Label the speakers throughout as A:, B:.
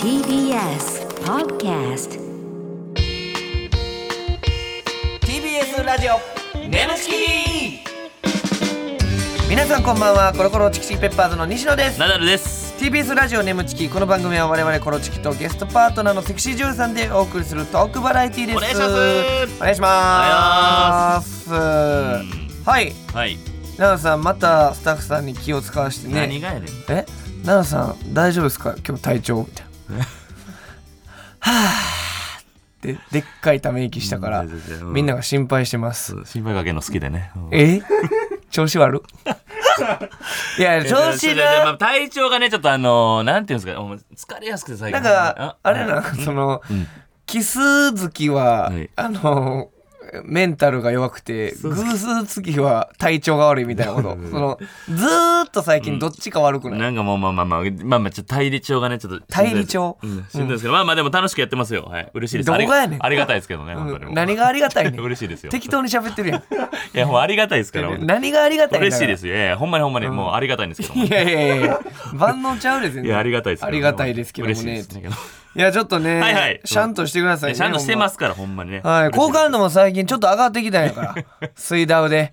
A: TBS Podcast
B: TBS ラジオネムチキ皆さんこんばんはコロコロチキチキペッパーズの西野です
C: ナダルです。
B: TBS ラジオネムチキこの番組は我々コロチキとゲストパートナーのセクシー女優さんでお送りするトークバラエティです
C: お願いします
B: お願いしますはい
C: はい。
B: 奈々さんまたスタッフさんに気を使わして
C: 何
B: ね
C: がやねん。
B: え奈々さん大丈夫ですか今日体調みたいなは ぁーってでっかいため息したから
C: うん全然うん
B: みんなが心配してます
C: 心配かけるの好きでね。うん
B: え調子 悪いや調
C: い
B: 子
C: やいやいやま
B: な
C: あ体調がね、ちょっとあのー、なんていうんですか、お前疲れやすくて最
B: な
C: 近。
B: んかあれなその
C: うん
B: 奇数月は
C: はい
B: あのメンタルが弱くて偶数月は体調が悪いみたいなことそのずーっと最近どっちか悪くない
C: なんかもうまあまあまあ、まあまあ、ちょっと体調がね、ちょっと。
B: 対理調
C: うんしんどいですけど、まあまあでも楽しくやってますよ。はい。嬉しいです。
B: どこがやねん
C: ありがありがたいですけどね、
B: うん
C: 本当に。
B: 何がありがたいねん
C: 嬉しいですよ。
B: 適当に喋ってるやん
C: いや、もうありがたいですから。本
B: 何がありが
C: 当
B: たい
C: に
B: んだか
C: 嬉
B: ら
C: しいですよ。いやいや、ほんまにほんまに、もうありがたいんですけども。
B: いやいやいや万能ちゃうですね
C: いや、ありがたいですけど
B: ありがたいですけども
C: 嬉しい
B: ね
C: ですけど。
B: いやちょっとね
C: はいはい
B: シャンとしてくださいね
C: ちゃんとしてますすから、ほんまにね。
B: はい、好感度も最近ちょっと上がってきたんや から、水ダウで。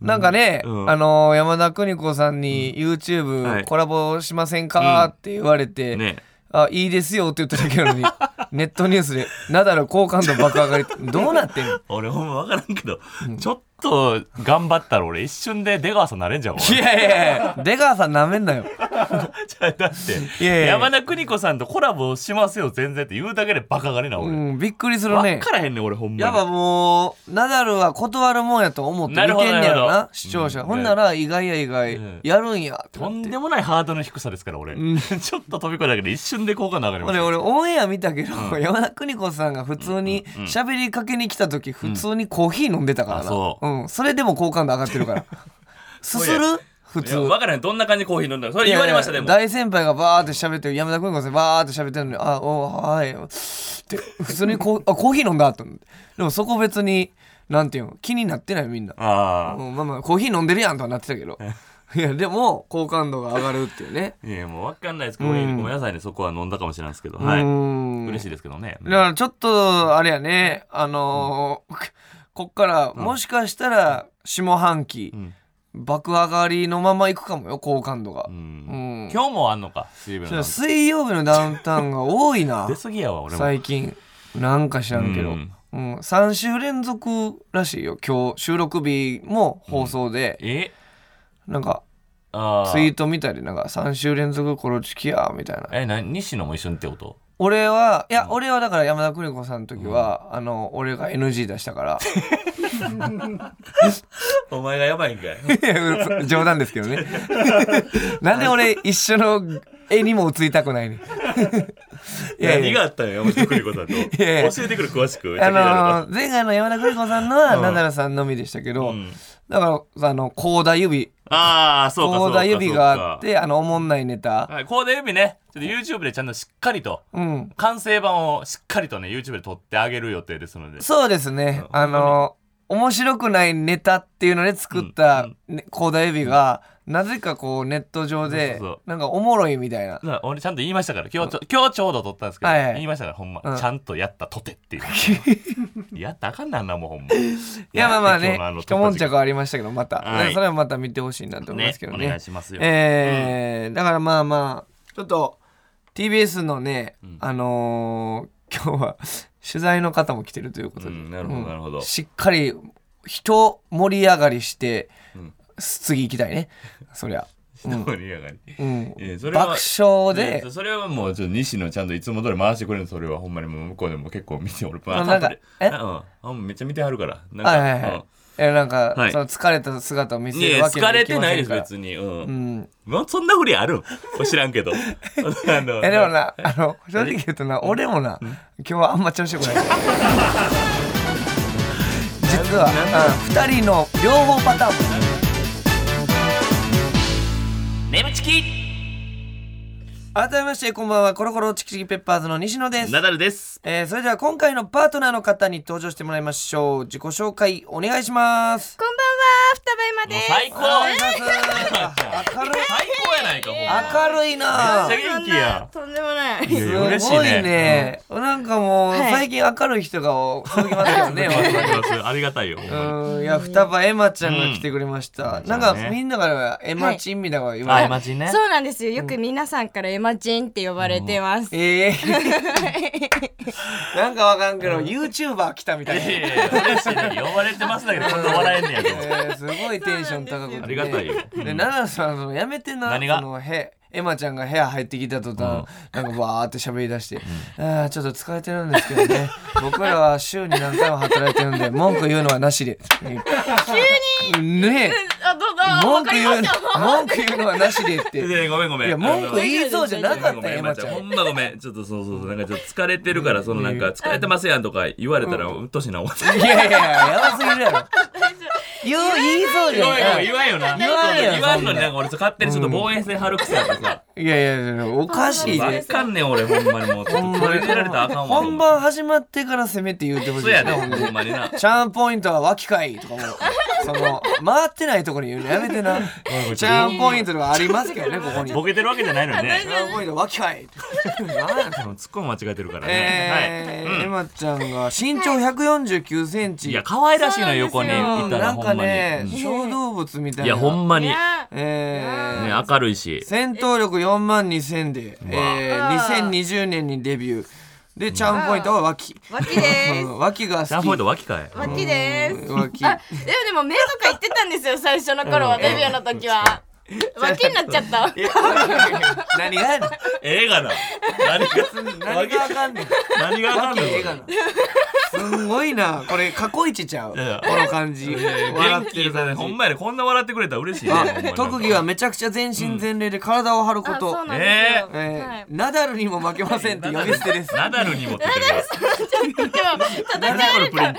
B: なんかね、
C: うん
B: あのー山田邦子さんに YouTube、
C: はい
B: コラボしませんか、って言われて、
C: ね。
B: あ、いいですよって言っただけなの に、ネットニュースで、ナダル好感度爆上がりって、どうなってんの
C: 俺ほんま分からんけど、ちょっと頑張ったら俺一瞬で出川さんなれんじゃん
B: いやいやいや、出川さんなめんなよ。
C: 俺だって
B: いやいや
C: 山田邦子さんとコラボしますよ全然って言うだけでバカがれな
B: う
C: 俺、
B: ん、びっくりする
C: 分
B: ね。
C: からへんねん俺ほんまに
B: やっぱもう、ナダルは断るもんやと思って見てんね
C: な
B: やろ
C: るほどなる
B: な
C: ほ、ど
B: 視聴者。
C: うん
B: ほんなら、意外や意外
C: うん、
B: やるんやってな
C: と
B: って。
C: んでもないハードの低さですから俺、ちょっと飛び越えただけで一瞬で好感度上がります
B: 俺
C: よ
B: 俺オンエア見たけど、山田邦子さんが普通に喋りかけに来た時普通にコーヒー飲んでたから
C: あ
B: な、、
C: そうん
B: それでも好感度上がってるから すする普
C: いや
B: 通
C: 分からへんどんな感じでコーヒー飲んだのそれ言われました
B: い
C: で
B: やい
C: も
B: や大先輩がバーって喋ってる山田邦子さんバーって喋ってるのに「あおはい」って普通にコ ーあコーヒー飲んだと思ってでもそこ別になんていうの気になってないみんな、
C: あ
B: うん、まあまあコーヒー飲んでるやんとはなってた けどいやでも好感度が上がるっていうね
C: あいやもう分かんないですけど、俺
B: うん
C: ごめんなさいねそこは飲んだかもしれないですけど、
B: う
C: はい
B: ん
C: 嬉しいですけどね
B: だからちょっとあれやねあのーこっからもしかしたら下半期、
C: ん
B: 爆上がりのまま行くかもよ好感度が、
C: う、
B: うんん
C: 今日もあんのか水分
B: ちょっと水曜日のダウンタウンが多いな
C: 出過ぎやわ俺も
B: 最近なんか知らんけど、う
C: うんん
B: 3週連続らしいよ今日収録日も放送で、
C: え
B: なんか
C: ああ
B: ツイート見たりなんか3週連続コロチキやみたいな
C: え、な、西野も一緒にってこと
B: 俺はいや、俺はだから山田邦子さんの時は、あの俺が NG 出したから
C: お前がやばいんかい。
B: いや 冗談ですけどね なんで俺一緒の絵にも映りたくない ねんいやいや
C: 何があったのよ、山本栗子さんと。
B: やいや
C: 教えてくる、詳しく。
B: あのー前回の山田邦子さんのはナダルさんのみでしたけど、
C: うん
B: だからあの高田指
C: ああ、そうか、
B: 高
C: そうか。
B: 田指があっ
C: そう
B: てあのおもんないネタ、
C: か。はい、コーダ指ね、ちょっと YouTube でちゃんとしっかりと、
B: うん
C: 完成版をしっかりとね、YouTube で撮ってあげる予定ですので。
B: そうですね、
C: うん
B: あの面白くないネタっていうので作った
C: うん
B: ね高田指が、なぜかこうネット上で
C: そうそうそう
B: なんかおもろいみたいな
C: な俺ちゃんと言いましたから今日ちょ今日ちょうど撮ったんですけど、
B: はいはい
C: 言いましたからほんま、
B: うん
C: ちゃんとやったとてっていう やったらあかんなんなもうほんまい
B: いやまあまあね一悶
C: ゃ
B: 着はありましたけどまた、
C: はい
B: ねそれはまた見てほしいなと思いますけど
C: お
B: ね
C: 願いしますよ、
B: えーだからまあまあちょっと TBS のね、
C: うん
B: あのー今日は取材の方も来てるということで、
C: うんなるほど
B: うん
C: なるほど
B: しっかり人盛り上がりして、
C: うん
B: 次行きたいねそりゃ、うん
C: 盛り上がり
B: うん
C: いやそれは
B: 爆笑
C: ね
B: で、
C: それはもうちょっと西野ちゃんといつも通り回してくれるのそれはほんまにもう向こうでも結構見て俺パ
B: あなんか
C: パ
B: え
C: あうんあもうめっちゃ見てはるからなんか
B: はいはいはい、えなんか、
C: はい
B: その疲れた姿を見
C: う
B: せ
C: んい
B: る
C: や
B: わけに
C: 疲
B: はい
C: れ
B: き
C: て
B: ま
C: な
B: せ
C: いで
B: ん
C: す
B: から
C: 別にうん、
B: うん
C: もうそんなふり あるん知らんけど あの
B: えでもなあの正直言うとな俺もな今日はあんま調子よくない実は2人の両方パターンも
C: ネムチキ
B: 改めましてこんばんはコロコロチキチキペッパーズの西野です
C: ナダルです
B: えーそれでは今回のパートナーの方に登場してもらいましょう自己紹介お願いします
D: こんばんはアフターバイマで
C: もう
D: す。
C: 最高
B: 明るい
C: 最高やないか、ほんま
B: 明るいな
C: めっちゃ元気や
D: とんでもない。
C: いやいや嬉
B: す
C: しい
B: ごい
C: ね。
B: ね、なんかもう、
D: はい
B: 最近明るい人が続きますよね
C: わかりますありがたいよ、ほんまに。
B: うんいや双葉エマちゃんが来てくれました、
C: うん
B: なん
C: そ
B: か
C: うね
B: みんなからエマチンみたいなこと言わ
C: あ、
B: れ
C: エ
B: て、
C: マジンね。
D: そうなんですよ。よく皆さんからエマチンって呼ばれてます。
B: ええー なんかわかんけど、YouTuber 来たみた
C: い
B: い
C: や
B: な、
C: いやいや嬉しいね。呼ばれてますだけど、こんな笑えんねやと思って。
B: えーすごいテンション高くて、ね、
C: ありがたいよ
B: で
C: うん
B: 奈々さんそのやめてな
C: 何が
B: そのへエマちゃんが部屋入ってきた途端、なんかバーって喋り出して、あーちょっと疲れてるんですけどね 僕らは週に何回も働いてるんで文句言うのはなしで 急にねえ
D: あ、どうだ
B: 文
D: わ
B: 句
D: かり
B: 言
D: ま
B: う
D: し
B: の
D: た。
B: 文句言うのはなしで ってい
C: でごめんごめん。
B: や文句言いそうじゃなか
C: あ
B: っ
C: のご
B: た
C: め
B: よエ
C: んごめん
B: マ
C: ち
B: ち
C: ゃん
B: ゃ
C: ほ
B: ん
C: んまごめん。ちょっとそうそうそう。なんかちょっと疲れてるから、そのなんか、
B: うん
C: 疲れてますやんとか言われたら、うっとしな思って。
B: いやいややばすぎるやろ言う言いそうじゃ
C: 言わんよ
B: ない
C: 言わんよな。
B: 言わんよ
C: 言わんのになんか俺勝手にちょっと防衛線張る癖やからさ。
B: いやいやいやおかしい
C: わ
B: で
C: かんねん俺ほんまにもう。ちょっと疲れてられたらあかんわ。
B: 本番始まってからせめて言うてほしい
C: そうやね、ほんまにな。
B: チャーンポイントは脇かいとかもう、その、回ってないところに言うのやめてな。チャーンポイントとかありますけどね、ここに。チ
C: ボケてるわけじゃないのにね。
B: ャーンポイント脇かい なんや
C: 多分突っ込む間違えてるから
B: え
C: ね。
B: ー
C: はい
B: エ
C: うん
B: マちゃんが身長149センチ。
C: いや、可愛らしいのよ
D: そ
C: 横
D: う
C: にい
D: なん
C: た
B: な
C: ら
B: ん
C: ほ
B: か
C: んまに。
B: ね、
C: うん
B: 小動物みたいな。
C: いや、ほんま
D: い
C: に。ね、
D: や
B: えー
C: 明るいし。
B: 戦闘力4万2000で、えー2020年にデビュー。で、チャーンポイントは脇。
D: わき で
B: うん脇が好き。
C: チャーポイント脇かい。
D: す。わきです。
B: 脇
D: あ、でもでも目とか言ってたんですよ。最初の頃はデビューの時は。わきになっち ゃった。
B: 何がやねん。
C: ええがな。何が、
B: 何があかんねん。
C: 何があかんの
B: ええかなすごいなこれ過去一ちゃうこ
C: いやいや
B: の感じ笑
C: 元
B: って
C: 気
B: る
C: だね。
B: 感
C: ほん
B: じ
C: まやね。こんな笑ってくれたら嬉しいね。ほんまにな
B: あ
C: んか
B: 特技はめちゃくちゃ全身全霊で体を張るこ
D: あ、
B: と
D: そうなんですよ。
B: えー
D: はい。
B: ナダルにも負けませんって呼び捨てです
C: ナダルにもってくれる。
D: でも
C: ナダルプリント。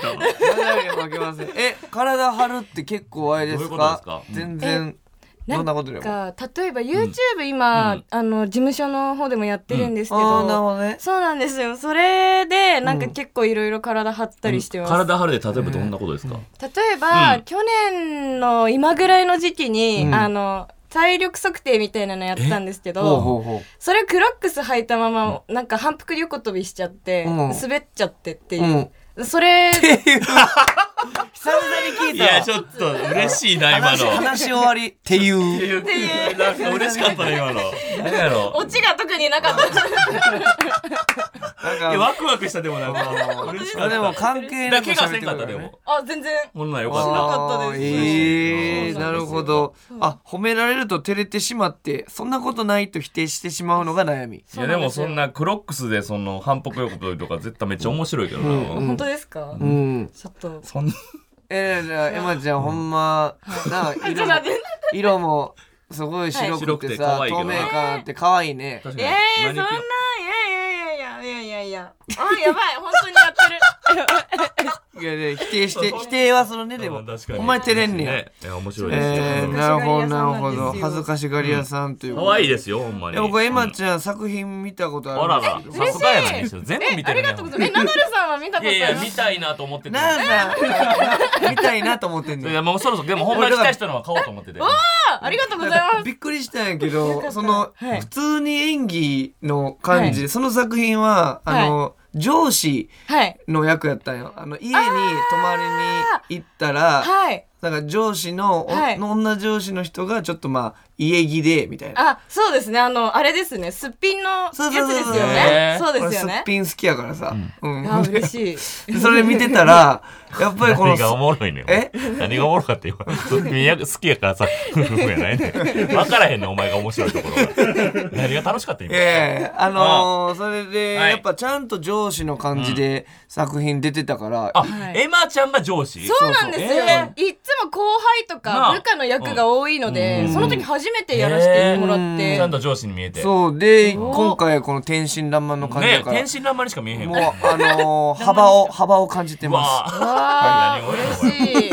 B: ナダルにも負けませんえ体張るって結構あれです
C: どういうことです
B: か
C: か
B: 全然
D: え
B: どんなことでもあ
D: なんか例えば YouTube 今、
C: うん
D: あの事務所の方でもやってるんですけど、
B: ーなるほどね
D: そうなんですよそれでなんか結構いろいろ体張ったりしてます、
C: 体張るで例えばどんなことですか
D: 例えば、
C: うん
D: 去年の今ぐらいの時期に、
B: うん
D: あの体力測定みたいなのやったんですけ
B: ほう
D: ど
B: ほうほ
D: それをクロックス履いたままなんか反復横跳びしちゃって、
B: うん
D: 滑っちゃってって
B: う
D: いうう、
B: ん
D: それ
B: 久々に聞
C: い
B: いた
C: や、
B: わ
C: ちょっと嬉しいな、今
B: 話
C: の。
B: 話し終わりっていう
C: なんか嬉しかったね、今の。何やろ
D: オ。チが特になかった
B: なん
C: いや
B: か
C: ワクワクしたでもなんか。嬉しかった。
B: でも関係な
C: だ
B: く
C: けが
B: 喋
C: せ
B: っ
C: ん
B: て
C: か
B: く
C: っ
B: る
C: たで
B: よね
C: も。
D: あ全然
C: ほんならよ
B: あ
C: かっ
D: かったです
B: ええ
C: そう
B: な
C: なんで
B: る
C: すよ
B: ほど。あ、褒められると照れてしまって、そんなことないと否定してしまうのが悩み。
C: た。いや、でもそんなクロックスでその反復横跳びとか絶対めっちゃ面白いけど
B: うん
C: な。
D: 本当ですか、
B: うん。
D: ちょっと
C: そんな。
B: えー、だからエマちゃん、ほんま、なあ、色も色もすごい白くてさ、
C: は
B: 透
C: い白くて可愛いけどな
B: 明感あって可愛いね。
C: 確かに
D: ええー、そんな
C: マニキュア
D: いやいやいやいやいやいやあやばい本当にやってる
B: いやで否定して、
C: そう
B: 否定はそのね、でも
C: うん。確かに
B: ほんまに照れんねや。
C: ねいや面白いですよ
B: えー、
C: うん
B: なるほど、なるほど。恥
D: 恥
B: ず
D: ず
B: かしがり屋さんということ
C: 可愛いですよ、ほんま
B: い
C: に。
B: や僕、エマちゃん作品見たこと
C: あら
B: ある
C: ら
B: ん、ですけど。
C: さすがやないですよ。全部見て
D: あ
C: る
D: り
C: ね
D: がとうございますえナダルさんは見たこ
C: い
D: とあ
C: や
D: り
C: い
D: ます
C: や、見たいなと思ってて。
B: なんだ、見たいなと思ってん
C: い
B: の
C: や、もうそろそろ、でもほんまに期待したのは買おうと思ってて。
D: あありがとうござい
B: なんか
D: ます
B: びっくりしたんやけどその、
D: はい
B: 普通に演技の感じで、その作品はあの、上司
D: はい
B: の役やったんよあの家に泊まりに行ったら、
D: はい
B: なんか上司の、お
D: はい
B: 女上司の人がちょっとまあ家着でみたいな
D: あそうですねあのあれですねすっぴんのやつですよ
B: そうそうそう
D: ねそう
B: 俺
D: ですよ
B: すっ
D: ね
B: ぴん好きやからさ、うん
D: あ嬉しい
B: で それ見てたらやっぱりこの
C: 何がおもろいねん。
B: え
C: 何がおもろかって今。みや好きやからさ、夫婦やないねん。分からへんねん、お前が面白いところが。何が楽しかった今。
B: ええあのーそれで、
C: はい
B: やっぱちゃんと上司の感じで作品出てたから、
C: あ、
D: はい
C: エマちゃんが上司
D: そうなんですよ、
C: え
D: いっつも後輩と
C: なあ
D: か部下の役が多いので、
C: うん
D: その時初めてやらせてもらって、
C: ーちゃんと上司に見えて。
B: そうで今回この天真爛漫の感じ
C: ね
B: だから、
C: 天真爛漫にしか見えへん
B: も
C: も
B: うあのー幅を幅を感じて
C: う
B: ま
C: わ
D: わあ
C: 何を
D: 嬉しい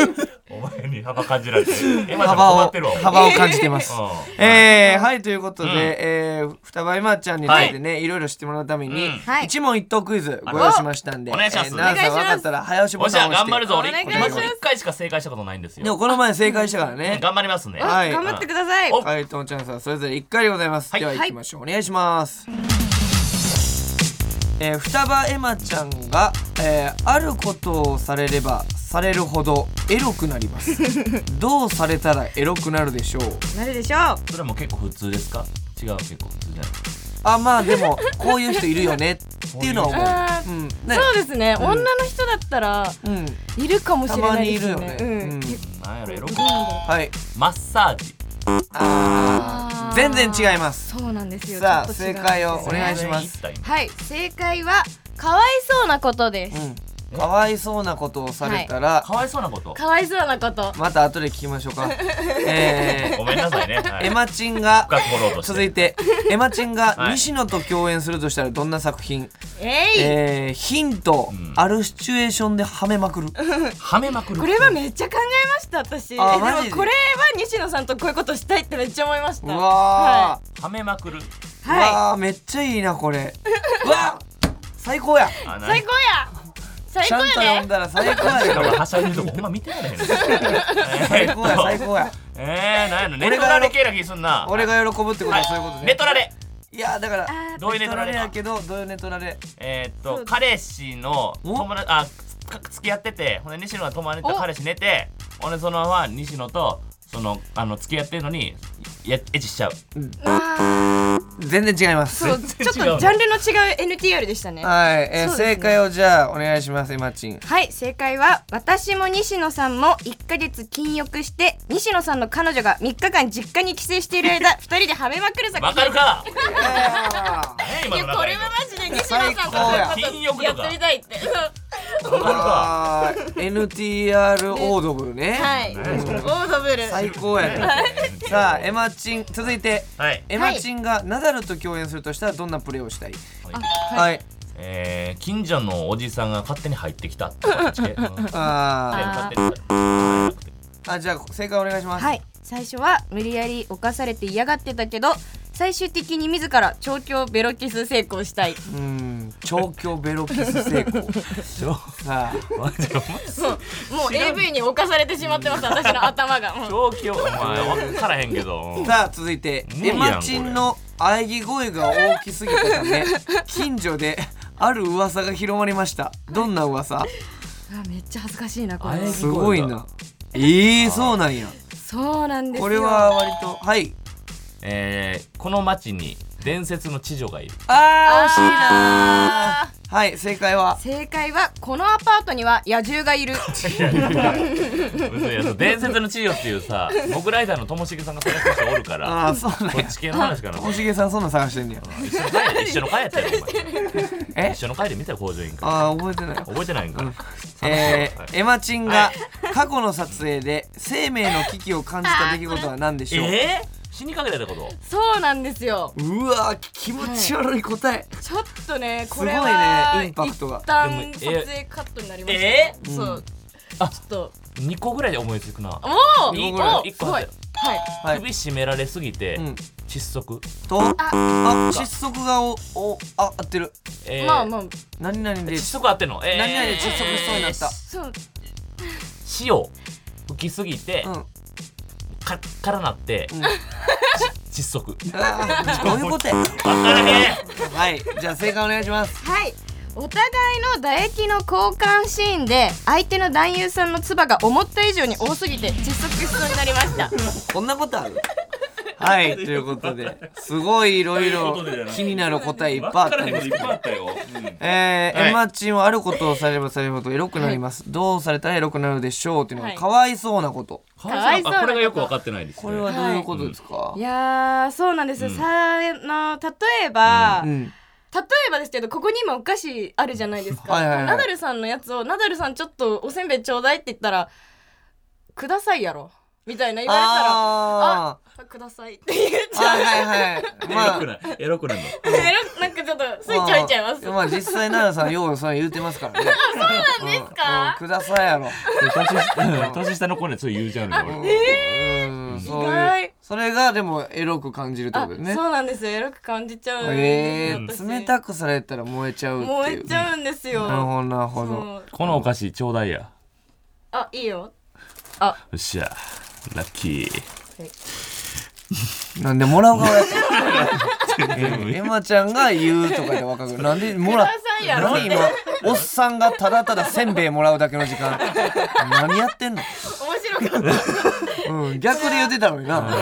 C: お前にはばかじ られてエマちゃん
B: 幅
C: 困
B: を
C: ってるわ
B: 幅を感じています。
C: うん
B: えー、はいということで、
C: うん
B: えー、双葉エマちゃんについてね、い、ろいろ知ってもらうために、
C: うん
D: はい
B: 一問一答クイズご用意しましたんで
C: おお願いします
B: えー、長さ分かったら早押しボ
C: おじ
B: タ
C: ゃ
B: ンを押して
C: 頑張るぞ俺
D: お願いし
C: ま
D: ます
C: ず一回しか正解したことないんです
B: でも
C: よ
B: この前正解したからね
C: 頑張りますね
B: あはい
D: 頑張ってください。
C: お
B: はいともちゃんさんそれぞれ一回でございます、
C: はい
B: では行きましょう、お願いしますえー、双葉エマちゃんが、えー、あることをされればされるほどエロくなります どうされたらエロくなるでしょう
D: なるでしょう。
C: それも結構普通ですか違う結構普通じゃない
B: あまあでもこういう人いるよねっていうのは思う
D: あー
B: うんね
D: そうですね、
B: うん
D: 女の人だったら
B: うん
D: いるかもしれないです
B: たまにいるよね
D: うん
B: うん
D: 結
C: なんやろエロく
D: 構なんだろう
B: はい
C: マッサージ
B: あー全然違います
D: そうなんですよ。
B: さあ
D: ちょっと違う
B: 正解をお願いします
C: それ言った
D: はい、正解はかわいそうなことで
B: う
D: す。
B: んかわいそうなことをされたら、
C: 今かわいそうなこと
D: かわいそうなこと。
B: また後で聞きましょう かえ
C: ごめんなさいねは
B: ー、
C: い
B: エマチンが
C: 深く掘ろうとして
B: 続いてエマチンが
C: はい
B: 西野と共演するとしたらどんな作品、
D: えい。
B: えー、ヒント、
C: うん
B: あるシチュエーションではめまくる
C: はめまくる
D: これはめっちゃ考えました私。えで
B: あ
D: も
B: マジで
D: これは西野さんとこういうことしたいってめっちゃ思いまし
B: う
D: た。
B: わ
C: はめまくる
B: ー、
D: はい。は
B: わーめっちゃいいなこれうわー最高や
C: あ
D: い。
C: な
D: 最
C: い
D: 高や。最
B: ちゃんと
D: 高
B: 読
D: や
B: ん
D: ね。
B: だら最高やでこれ
C: はしゃいでるとこほんま見てられへんね
B: 最高や最高や
C: えー、なんやろ寝取られ系な気すんな
B: 俺が喜ぶってことはそういうことね、
C: 寝取られ
B: いやだから
D: あー
C: どういう寝取られ
B: やけどどういう寝取られ
C: えー、っ
D: そ
C: と
D: う
C: 彼氏の
B: お
C: 友達あつか付き合っててほんで西野が友達と彼氏寝て俺そのまま西野とそのあの付き合ってるのにやエッチしちゃう
D: あ
B: 全然違いま
D: ー
B: す
D: そう
C: 全
D: ちょ
C: 然違
D: っ
C: うね
D: とジャンルの違う NTR でしたね。
B: はい、えー
D: そうですね
B: 正解をじゃあお願いしますエマチン
D: はい正解は私も西野さんも1ヶ月禁欲して西野さんの彼女が3日間実家に帰省している間2人ではめまくる作
C: わ
D: 品
C: かる か
B: あ
C: 何や
D: い
C: 今
D: や
C: の中
D: これ
C: で
D: はマジで西野さんと
C: 禁欲
D: や
C: と
D: っ
C: か
D: てみたいって
C: わかるか
B: ー NTR オードブルね、
D: はいオードブル
B: 最高やねさあエマチン続いて
C: はい
B: エマチンがナダルと共演するとしたらどんなプレーをしたい
D: あ
B: はい、
C: えー、近所のおじさんが勝手に入ってきたって感 じで、うん、勝手に
B: あ
C: 勝手に入 ってき
B: ーあじゃあ正解お願いします、
D: はい最初は無理やり犯されて嫌がってたけど最終的に自ら調教ベロキス成功したい
B: うーん調教ベロキス成功さあ
C: たマジでお前
D: そうもう AV に侵されてしまって ます私の頭がもう
C: 正気をお前分からへんけどうん
B: さあ続いて
C: 無理
B: エ
C: やんこれ
B: マチンの喘ぎ声が大きすぎたた め近所である噂が広まりましたどんな噂
D: あめっちゃ恥ずかしいなこ
C: あ
D: れ
C: れ
B: すごいなえー、そうなんや
D: そうなんですよ
B: これは割とはい
C: えー、この町に伝説の知女がいる
B: あー惜しい
D: あー
B: なはい正解は
D: 正解はこのアパートには野獣がいる
C: 嘘やそう伝説の知女っていうさモグライダーのともしげさんが探してる人おるから
B: ああそうなん
C: こ
B: や
C: っち系の話かな
B: ともしげさんそんなん探してんねや
C: 一緒の会で一緒の会やったよお前
B: え
C: 一緒の会で見たよ工場委員会
B: ああ覚えてない
C: 覚えてないんか
B: え
C: はい
B: ー、エマチンが過去の撮影で生命の危機を感じた出来事は何でしょう、
C: えー、死にかけたってこと
D: そうなんですよ
B: うわー気持ち悪い答え、
D: ちょっとね
B: す
D: こ
B: ごいね
D: れは
B: インパクトが
D: 一旦
C: でも
D: 撮
C: え
D: 影カットになりました
C: え
B: ー
D: そうう
C: あ
D: ちょっと
C: 2個ぐらいで思いつくな
D: おお
B: 二個ぐら
D: お
C: い
D: ー
C: 一
D: す
C: 個
D: ご
C: 入
D: い
C: って
D: はい
B: はい
C: 首絞められすぎて
B: うん
C: 窒息
B: とああ窒息がおおあ合ってる
C: えー
D: まあまあ
B: 何々で
C: 窒息あってんのえー
B: 何々で窒息しそうになった
D: そう
C: 死を吹きすぎて
B: うん
C: かからなって
B: うん
C: 窒息
B: あーどういうことや
C: 分からへん
B: はいじゃあ正解お願いします
D: はいお互いの唾液の交換シーンで相手の男優さんの唾が思った以上に多すぎて窒息しそうになりました
B: こんなことあるはいということですごいいろいろ
C: ということでじゃない
B: 気になる答えいっぱいあ
C: わ
B: った
C: から
B: ん
C: へんこ
B: ですけ
C: といっぱい
B: ど
C: あったよ。
B: えー
C: はい
B: エマチンはあることをされればされるほどエロくなります、どうされたらエロくなるでしょうっていうのが
D: はい
B: かわいそうなこと、
C: か
D: わいそうなこと
C: これがよく分かってないですね。
B: これはどういうことですか、
D: いやーそうなんですよ、
C: うん
D: さあの例えば、
B: うん、
D: 例えばですけどここに今お菓子あるじゃないですか、
B: はいはいはい
D: ナダルさんのやつを「ナダルさんちょっとおせんべいちょうだい」って言ったら「くださいやろ」みたいな言われたら
B: あ
D: 「あください」って言っ
B: ー
D: ちゃ う
B: あーはいはい
C: エロ
B: ま
C: くない。エロくないの。
D: えらなんかちょっとそうちょいちゃいます
B: あまあ実際奈良さんようそれ言うてます からねそうなんです
D: か
B: くださいやろ
C: 年年下の子にはそう言うちゃうのよ俺
B: うんそう
D: 意
B: いう
D: 外
B: それがでもエロく感じるってこ
D: あ
B: とだよね
D: そうなんですよエロく感じちゃうん
B: え
D: です
B: ー、
D: よ
B: 冷
D: 私
B: たくされたら燃えちゃうっていう
D: 燃えちゃうんですよ
B: なるほどなるほど
D: そう
C: このお菓子ちょうだいやよ
D: あいい
C: っ
D: よ
C: しゃラッキー
B: なんでもらう側やった
C: 全部
B: エマちゃんが言うとかで分か るなんでもらっ
D: くださいやろ
B: 何今おっさんがただただせんべいもらうだけの時間何やってんの、
D: 面白かった
B: うん、逆で言ってたのにな、
C: うん
B: え
C: 間違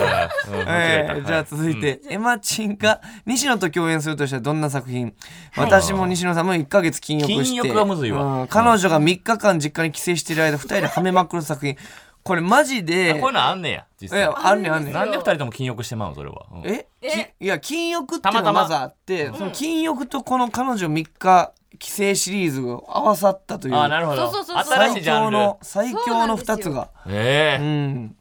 C: え
B: ー、
C: た
B: じゃあ続いて、エマチンが西野と共演するとしたらどんな作品、私も西野さんも1ヶ月禁欲して
C: 禁欲はむずいわ
B: うん彼女が3日間実家に帰省している間2人ではめまくる作品これマジ
C: あ
B: で
C: こういうのあんねや実
B: いや
C: 際
B: あんねんあんねん
C: なんで二人とも禁欲してまうのそれはうん
B: えき
D: え
B: いや禁欲っていうの
C: た
B: が
C: ま
B: ま
C: たま
B: ずあってその禁欲とこの彼女3日帰省シリーズが合わさったという
C: あなるほど
D: そうそうそうそう
C: 新し
B: 最
C: いジャ
B: 強
C: ンル
B: の最強の
D: そうな
B: 2
D: んです
B: つ
D: よ
B: が
C: え
B: う
C: え
B: ん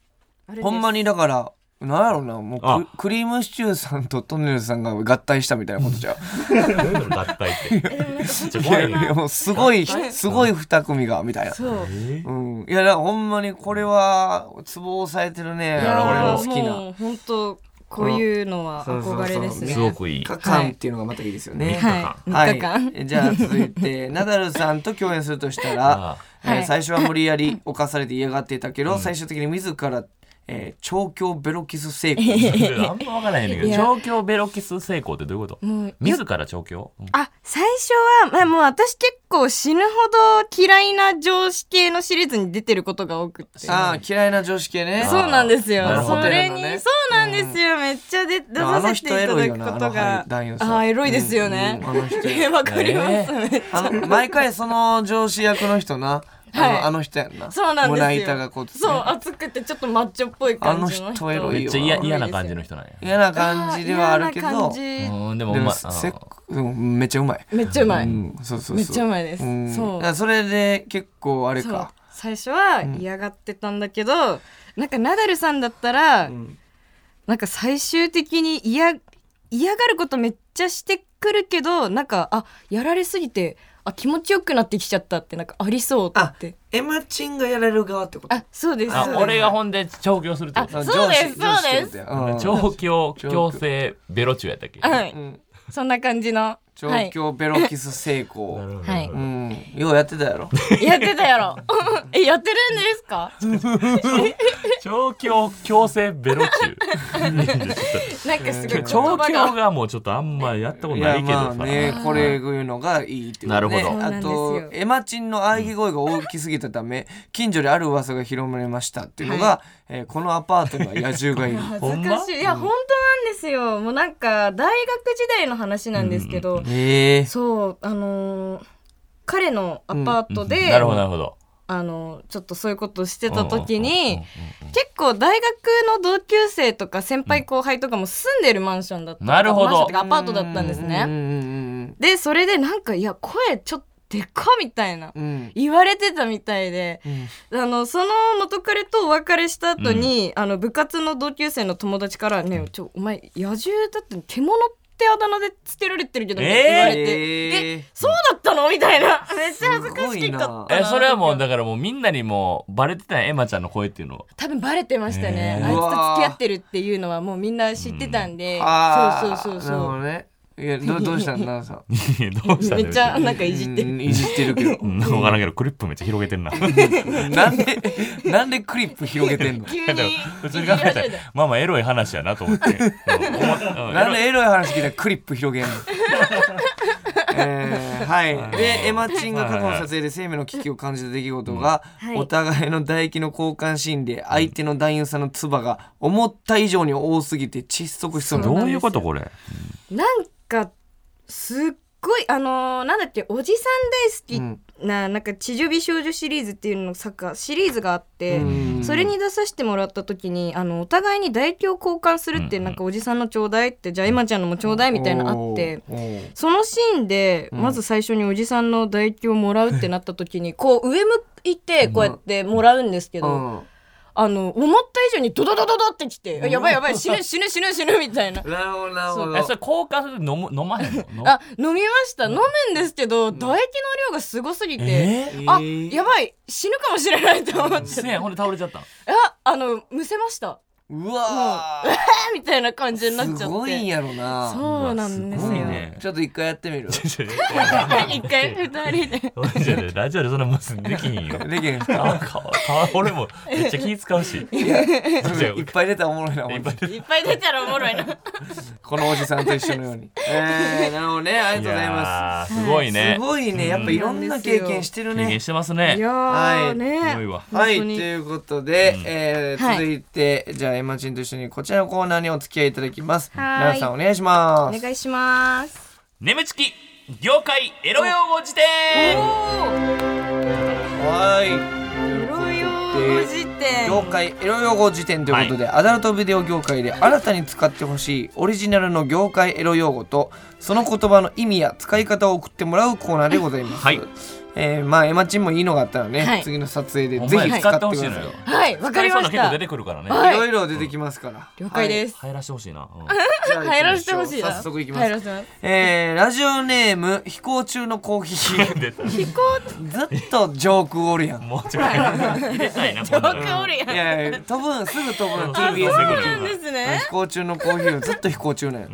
D: あれです
B: ほんまにだからなんやろうなも
C: あ
B: うククリームシチューさんとトンネルズさんが合体したみたいなこと じゃう
C: 合体ってちょ
B: い
C: 怖
B: や
C: い
B: い
C: よ
B: やもうすごいすごい2組がみたいな。
D: そう
B: うん、いやだからほんまにこれはツボ押さえてるね
D: い
B: 俺
D: や
B: の
D: ー
B: 好きな
D: もう本当こういうのは憧れですね
C: すごくいい
B: 3日間っていうのがまたいいですよね。
D: はい
B: は
D: 3
B: い
D: 日間、
B: じゃあ続い てナダルさんと共演するとしたら、
C: あ
B: えー
D: はい
B: 最初は無理やり犯されて嫌がっていたけど、最終的に自ら、えー、調教ベロキス成功
C: あんま分からへんねんけ
D: い
C: ど
D: や
C: 調教ベロキス成功ってどういうこと
D: もう
C: 自ら調教うん
D: あ最初は、まあ、もう私結構死ぬほど嫌いな上司系のシリーズに出てることが多くてそう
B: ああ嫌いな女子系ね
D: なんですよ
C: なるほど
D: それ
B: ホ
D: に、
B: テルのね
D: そうなんですよ、めっちゃで出
B: でもあ
D: さ
B: の
D: せて
B: 人
D: い
B: エロ
D: た
B: い
D: だ
B: よ
D: く
B: な
D: こ
B: あ
D: と
B: の
D: が
B: 男優さん
D: あーエロいですよね、
B: うんうんあの 人
D: わかります、
B: あの毎回その上司役の人なあの,、
D: はい
B: あの人やんな
D: そうなんですよ
B: 胸板がこうね
D: そう熱くてちょっとマッチョっぽい感じの人
B: あの人エロ
C: め
B: い
C: っ
B: よ
C: ちゃ嫌嫌な感じの人なんや
B: 嫌な感じではあるけ
D: 嫌な
B: ど
D: 感じ
C: うんでも
B: で
C: う
B: も
C: ま
B: せっ
C: あ
B: うんめっちゃうまい、
D: めっちゃうまい、
B: うん、そうそうそう
D: めっちゃうまいです、
B: うん
D: そ
B: だ
D: う
B: からそれで結構あれ
D: そう
B: か
D: 最初は嫌がってたんだけど、なんかナダルさんだったら、
B: ん
D: なんか最終的に嫌嫌がることめっちゃしてくるけどなんかあやられすぎてあ気持ちよくなってきちゃったってなんかありそうって
B: エマチンがやられる側ってこと
D: あそうです
C: あ俺がほんで調教するってこと
D: あそうです
B: 上司
D: そうです
B: 上司ってことやうん
C: 調教強制ベロ中やったっけ
D: はい、
B: うん
D: そんな感じの
B: 調
D: はい、
B: 教ベロキス成功、
C: なるほど
D: はい
B: うんようやってたやろ
D: やってたやろえやってるんですか
C: 調教強制ベ ロ中
D: なんかすごい言
C: 調
D: 葉
C: 教
D: が
C: がもうちょっとあんまやったこと
B: い
C: な
B: や
C: いけど
B: ま
C: さ
B: あねこれいうのがいいってこと、ね、
C: なるほどそう
D: なん
B: あ
D: ですよ
B: とエマチンの喘ぎ声が大きすぎたため近所である噂が広まりましたっていうのが、えーこのアパートには野獣 がいる
C: ほん
D: 恥ず
C: ま
D: かしいいや本当なんですよもうなんか大学時代の話なんですけど、
B: ええ
D: そうあのー彼のアパートで、
C: なるほどなるほど
D: あのーちょっとそういうことをしてた
C: うん
D: 時
C: うん
D: に
C: うんうん
D: 結構大学の同級生とか先輩後輩とかも住んでるマンションだった
C: なるほど
D: マンションっていうかアパートだったんです
B: うん
D: ね。
B: うん
D: でそれでなんかいや声ちょっとでかみたいな
B: うんうん
D: 言われてたみたいで
B: うんうん
D: あのその元彼とお別れした後に、あの部活の同級生の友達から「ねえちょお前野獣だって獣ってあだ名でつけられてるけど」みたいな言われて「え
B: えー
D: そうだったのみたいな。めっちゃ恥ずかし
B: す
D: か
B: ご
D: っ
B: い
D: たな。
C: えそれはもうだからもうみんなにもうバレてたんやエマちゃんの声っていうのは
D: 多分バレてましたね。
C: えー
D: あいつと付き合ってるっていうのはもうみんな知ってたんで。
B: あ
D: そう
B: ー
D: そうそ
B: な
D: う
B: るほど
D: そ
B: ねいや どどうしたんださん
C: いやどうした
D: う。
C: んだ
D: め
C: よ
D: っちゃ
C: 別に
D: なんかいじって
B: う
D: る。
B: んいじってるけど
C: うん分からんけどクリップめっちゃ広げてんな
B: なんでなんでクリップ広げてんの
D: 急に。
C: 普通に考え たらまあまあエロい話やなと思ってうん思っうん
B: なんでエロい話聞いたらクリップ広げんのえーはい、でエマチンが過去の撮影で生命の危機を感じた出来事が、
D: うんはい
B: お互いの唾液の交換シーンで相手の男優さんの唾が思った以上に多すぎて窒息しそうにな
C: ど
B: っ
C: ういうことこれ
D: なんかすっごいあのーなんだっけおじさん大好きな、なんか地上美少女シリーズっていうの作家シリーズがあって。
B: うん
D: それに出させてもらった時にあのお互いに唾液を交換するって、
C: うん
D: なんかおじさんのちょうだいってじゃあ今ちゃんのもちょうだいみたいなのあって、
B: おー
D: そのシーンで、
B: うん
D: まず最初におじさんの唾液をもらうってなった時にこう上向いてこうやってもらうんですけ
B: お
D: ど、
B: ーうん
D: あの思った以上にドドドドドってきてあやばいやばい死ぬ死ぬ死ぬ死ぬみたいな
B: なるほどなるほ
C: えそ
B: ど
C: れ交換飲む飲まへんの
D: あ飲みました飲むんですけど唾液の量がすごすぎて、
C: え
D: あやばい死ぬかもしれないと思っ
C: ー、
D: て
C: せやほんで倒れちゃったの
D: ああのむせました
B: うわ
D: えみたいな感じになっちゃっ
B: ー
D: て
B: すごいんやろな
D: そうなんです
C: う
D: よ
C: わすごいね
B: ちょっと一回やってみる
D: 一回二人で
C: 俺じゃねラジオでそんな無視できひんよ
B: できるんですか
C: あかか俺もめっちゃ気使うしい
B: それいっぱい出たらおもろいな
C: っぱい出
D: いっぱい出たらおもろいな
B: このおじさんと一緒のように えー、なるほどねありがとうございます
C: やーすごいね
B: すごいねやっぱいろんな経験してる
C: 経験
B: ね
C: してますね
D: いや
B: は
D: ー
B: い
D: ね
C: すごいわ
B: はい、と
D: 本当に
B: いうことで、えー
D: はい
B: 続いて、じゃあエマチンと一緒にこちらのコーナーにお付き合いいただきます。
D: はい
B: ララさんお願いしま
D: お
B: す。
D: 願いします
C: 眠ちき業界エロ用語辞典
B: はい。
D: エロ用語辞典
B: 業界エロ用語辞典ということで、アダルトビデオ業界で新たに使ってほしいオリジナルの業界エロ用語とその言葉の意味や使い方を送ってもらうコーナーでございます。
C: はい
B: えーまあエマチンもいいのがあったらね、
D: はい
B: 次の撮影で
C: ほん
B: ぜ
C: ま
B: ひ
C: に
B: 使って
C: 使ってほ
B: く
C: しい
B: だ
C: の
B: さい
C: よ。
D: はいわかりまし
C: 使えそうな結構
D: た
C: 出てくるからね、
D: はい
B: いろいろ出てきますから。
D: 了解です、
C: 入らしてほしいな、うん
B: はい。じゃあ行きまょう
D: 入らせてほしいな
B: 早速いきま
D: 入
B: す
D: ら。せてます
B: えー、ラジオネーム飛行中のコーヒー
C: 出た
B: ずっとジョークおるやん
C: もう ちょい入れたいなこんなの
D: 僕おるやん
B: いやいや飛ぶんすぐ飛 ぶん
C: あ
B: TBS
C: そう
D: そうなんですね
B: 飛行中のコーヒーをずっと飛行中なんや、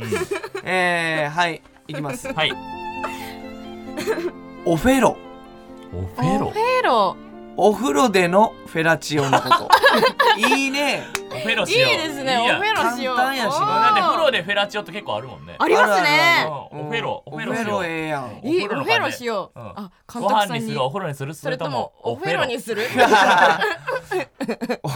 B: えー、はいいきます
C: はい
B: オフェロ
C: オフェロ
D: オフェロ
B: お風呂でのフェラチオのこと いいね
C: オフェロ
D: いい
C: しよう
D: ですね
C: いいや
D: オフェロしよう
B: 簡単やしな
D: おー
C: だって風呂でフェラチオって結構あるもんね
D: ありま
B: ある
D: すね
B: あるある
C: オフェロ
B: うん
C: オフェ
B: オ
C: ロ
B: フ
C: し
B: ェ
C: よう
B: ロええやん
C: る
D: いい
C: お
D: お
C: 風呂の感じ
D: フェロしよう、
C: うん
D: あ監
C: ご
D: 督
C: 飯
D: さん
C: に
D: に
C: するお風呂にするそ
D: そ
C: れ
D: れ
C: と
D: と
C: も
D: も
C: オ
D: お
C: フ
D: フ
C: ェ
D: ェ
C: ロ
D: ロにする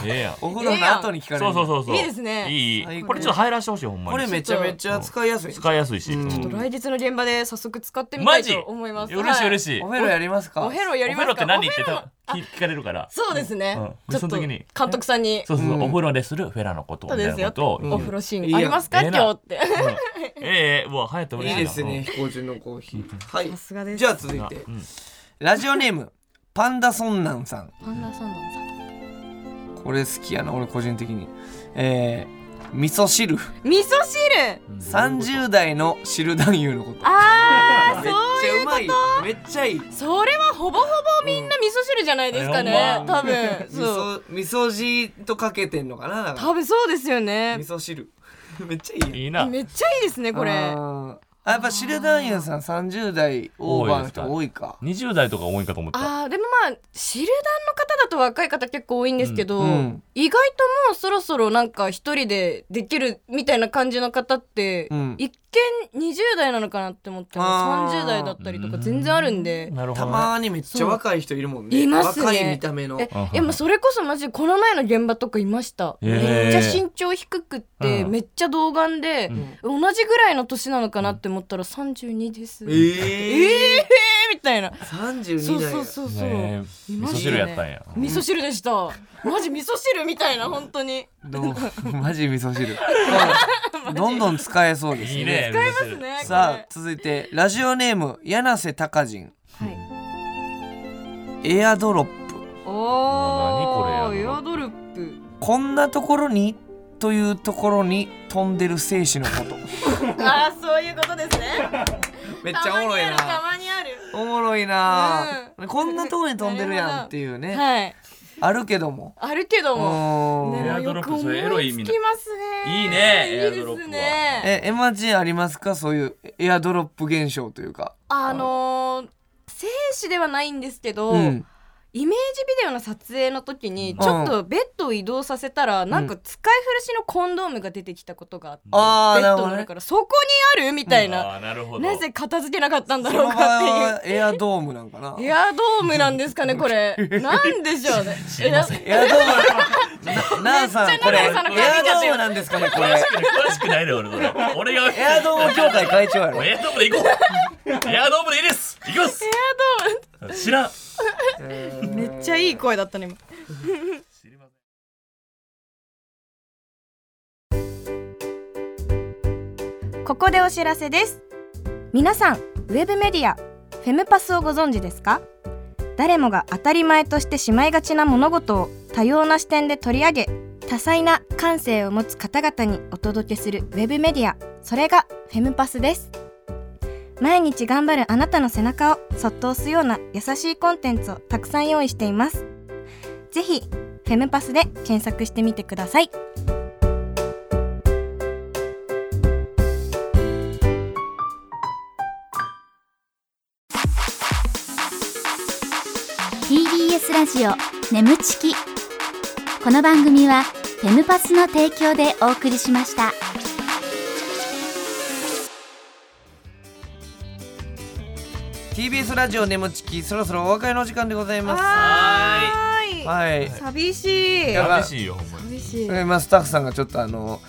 C: ええやん
B: お風呂の後に聞かれる
C: そうそうそうそう
D: いいですね
C: いい
B: 最高
C: これちょっと入らしてほしいほんまに
B: これめちゃめちゃ使いやすい
C: 使いやすいし、
B: うん
C: うん
B: ちょっと
D: 来日の現場で早速使ってみた
C: マ
D: い
C: ジ
D: と思います
C: 嬉しい嬉
D: しい
C: しい、
B: オフェロやりますか
D: おフェロやり
C: お風呂っ
D: ます
C: て
D: か
C: 何って多
D: お風呂
C: 分聞聞かれるから
D: そうですね、
C: うん
D: ちょっ
C: そ
D: と
C: の時に
D: 監督さんに
C: そうそうそう、
B: うん
C: お風呂でするフェラのことみ
D: そう
C: た
D: で
C: い
D: す
C: な
D: よ
C: ことを言う
D: お風呂シ
B: いい
D: ーン
B: や
D: ありますか
C: ええ
D: 今
C: な
D: 日って
C: ええうわ早くて嬉
B: い
C: しい
B: い
C: な
B: ですね飛行中のコーヒーはい
D: さすがです
B: じゃあ続
C: う
B: い
C: ん
B: て
C: うん
B: ラジオネームパンダソンナンさん
D: パンダさんなんさ
B: これ好きやな俺個人的にえー、味噌汁
D: 味噌汁
C: うん
B: 30代の汁男優のこと
D: あー
B: めっ
D: そう
B: ち
D: い
B: ゃ
D: う
B: う
D: こ
B: まい
D: と
B: めっちゃいい
D: それはほぼほぼみんな味噌汁じゃないですか
C: う
D: ね
C: ん
D: 多分
B: 味
D: そう
B: 噌味噌汁とかけてんのかなだか
D: 多分そうですよ
B: ら
D: ね
B: 味噌汁 めっちゃいいやん
C: いいな
D: めっちゃいいですねこれ
B: あーあやっぱ汁男優さん30代オーバーの人多いか
C: 20代とか多いかと思った
D: あーでもまあ汁団の方だと若い方結構多いんですけど、
B: うんうん
D: 意外ともうそろそろなんか一人でできるみたいな感じの方って、
B: うん
D: 一見20代なのかなって思っても
B: あー
D: 30代だったりとか全然あるんで。
C: なるほ
B: た
C: どね
B: まーにめっちゃ若い人いるもんね
D: いますね
B: 若い見た目の
D: え
C: うん
D: いやもうそれこそマジでこの前の現場とかいました、
C: へー
D: めっちゃ身長低くって、
C: うん
D: めっちゃ童顔で、同じぐらいの年なのかなって思ったら32です、
B: え
D: えー、
B: ー、
D: みたいなそう
B: 32代
D: そうそうそう、
C: ねえ
D: い
C: 味
D: まし
C: 噌
D: たね
C: 汁やったんや
D: 味噌汁でしたマジ味噌汁みたいな本当に
B: どうマジ味噌 汁どんどん使えそうです
C: いいね使います
D: ねこれ
B: さあ続いてラジオネーム柳瀬隆人
D: はい
B: エアドロップ
D: お
C: もう何こ
D: お
C: れ
D: エアドルップ
B: こんなところにというところに飛んでる精子のこと
D: あーそういうことですね
B: め
D: め
B: っちゃおもろい
D: た
B: な
D: まにある
B: おもろいな、こんなところに飛んでるやんっていうね、
D: はい
B: あるけども
D: あるけど
B: う
D: も
B: ーん、
D: で
C: エア
D: も
C: ドロ
D: よ
C: ッ
D: く
C: プそ
D: 思
C: れエロい
D: い
C: 意味
D: つ
C: な
D: きますね
C: いいねエア
D: いい
C: ドロッ
D: で
C: プは
D: すね
B: えエマジンありますかそういうエアドロップ現象というか
D: あのー精子ではないんですけど、
B: うん
D: イメージビデオの撮影の時にちょっとベッドを移動させたら、なんか使い古しのコンドームが出てきたことがあって
B: ああ
D: ベ
B: なる
D: ッド
B: ほ
D: の
B: どね
D: 中からそこにあるみたいな、
C: あーなるほど
D: なぜ片付けなかったんだ
B: そ
D: ろう
B: の場合
D: かっ
B: はエアドームなんかな
D: ていうエアドームなんですかね これなんでしょうねえな
B: エアドームななあさんこれエ
D: め
B: ア
D: っちゃ
B: ド
D: 長い話だよ
B: ームなんですかね これ
C: 詳しくないね俺俺が俺が
B: エアドーム協会会長やろ
C: エアドームで行こうエアドームでいいです行きます知らん
D: めっちゃいい声だったね 今ここでお知らせです皆さんウェブメディアフェムパスをご存知ですか誰もが当たり前としてしまいがちな物事を
E: 多様な視点で取り上げ多彩な感性を持つ方々にお届けするウェブメディアそれがフェムパスです毎日頑張るあなたの背中をそっと押すような優しいコンテンツをたくさん用意していますぜひフェムパスで検索してみてください
F: ラジオ眠ちきこの番組はフェムパスの提供でお送りしました
B: ー TBS ラジオ眠ちきそろそろお別れの時間でございま
C: は
B: すはい
D: ーい寂しい
B: や
C: ーい。嬉しいよほんまに。
D: 寂しい
B: えーまあ、スタッフさんがちょっとあ の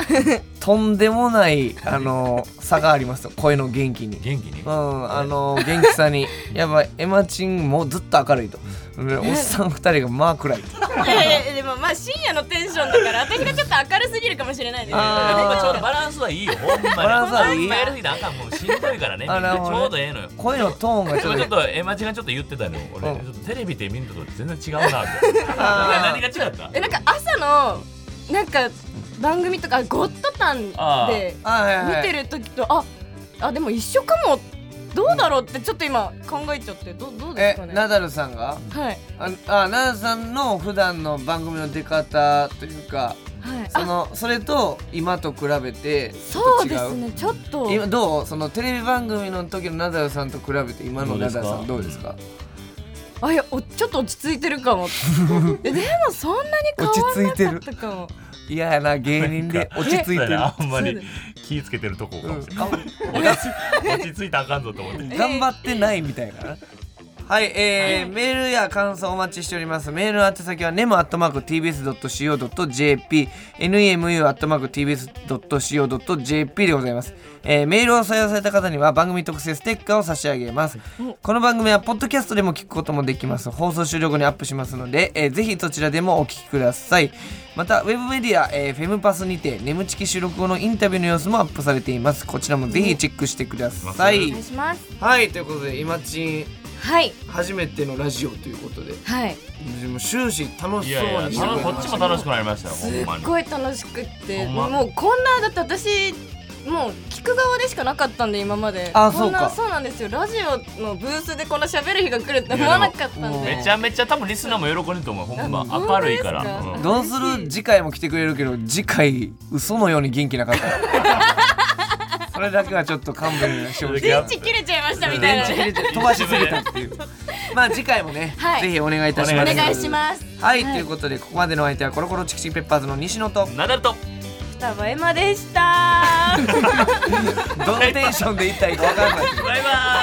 B: とんでもないあの差がありますと声の元気に。
C: 元気に
B: う。ん、あの元気さにやばいエマチンもうずっと明るいとでおっさん二人がまあ暗い
D: いやいやでもまあ深夜のテンションだから私がちょっと明るすぎるかもしれないです
B: あ
C: でもちょうどバランスはいいよ。ほんまに。
B: バランスはいい
C: 今やるぎたらあかんもうしんどいからね。
B: あなるほどね
C: ちょうどええのよ。
B: 声のトーンがち
C: 今
B: ょっ
C: ちょ
B: と
C: っとエマチがちょっと言ってたのよ。俺
B: うん
C: ちょっとテレビで見ると全然違うなって。
B: あ
C: 何が違った？
D: えなんか朝のなんか番組とかゴッドタン
C: あ
D: で
B: あはいは
D: 見
B: い
D: てる時とああでも一緒かもどうだろうってちょっと今考えちゃってどどうですか
B: え
D: ね
B: ナダルさんが
D: はい
B: ああナダルさんの普段の番組の出方というか
D: はい
B: そ
D: あ
B: のそれと今と比べてちょ
D: そ
B: っと
D: う
B: 違
D: です
B: う
D: ねちょっと
B: 今どうそのテレビ番組の時のナダルさんと比べて今のナダルさんど
C: ど
B: う
C: う
B: で
C: ですす
B: か
C: か
D: あいやおちょっと落ち着いてるかもえでもそんなに変わらなかったかも
B: 嫌やな芸人で落ち着いてる
C: あんまり
D: そう
C: 気ぃつけてるとこか
B: う
C: も
B: ん
C: しれな
B: あ
C: い。落ち着いたらあかんぞと 思って。
B: 頑張ってないみたいな。はい、えーメールや感想お待ちしております。メールの宛先は nemu.tbs.co.jp、nemu.tbs.co.jp でございます、えーメールを採用された方には番組特製ステッカーを差し上げます。この番組はポッドキャストでも聞くこともできます。放送終了後にアップしますので、えーぜひそちらでもお聞きください。また、ウェブメディア、えーフェムパスにて、眠ちき収録後のインタビューの様子もアップされています。こちらもぜひチェックしてください。
C: お願いし
D: します
B: はいということで今ちん
D: はい
B: 初めてのラジオということで
D: はい
B: でも終始楽
C: い
B: しそう
C: や
B: に
C: い
B: し
C: や
B: てくれ
C: 楽しこっちも楽しくなりましたよ。ほんまに
D: すっ。ごい楽しくって
C: ほんま
D: もうこんなだって私もう聞く側でしかなかったんで今まで
B: あ
D: こん
B: そう
D: な
B: か
D: そうなんですよラジオのブースでこんな喋る日が来るって思わなかったん
B: いやでも
D: で
C: めちゃめちゃ多分リスナーも喜んでると思う。ほんま明るいから。
D: 本当ですか
C: うん
B: どうする次回も来てくれるけど次回嘘のように元気なかった それだけはちょっと勘弁してほしい
D: 電池切れちゃいましたみたい
B: 電
D: な
B: 池切れて飛ばしすぎたっていうまあ次回もね、
D: はい
B: ぜひお願いいたします
D: お願いします
B: はい、ということでここまでのお相手はコロコロチキチキペッパーズの西野と
C: ナダルと。
D: 双葉エマでした
B: どのテンションでいったらいいか分かんない
C: バイバーイ。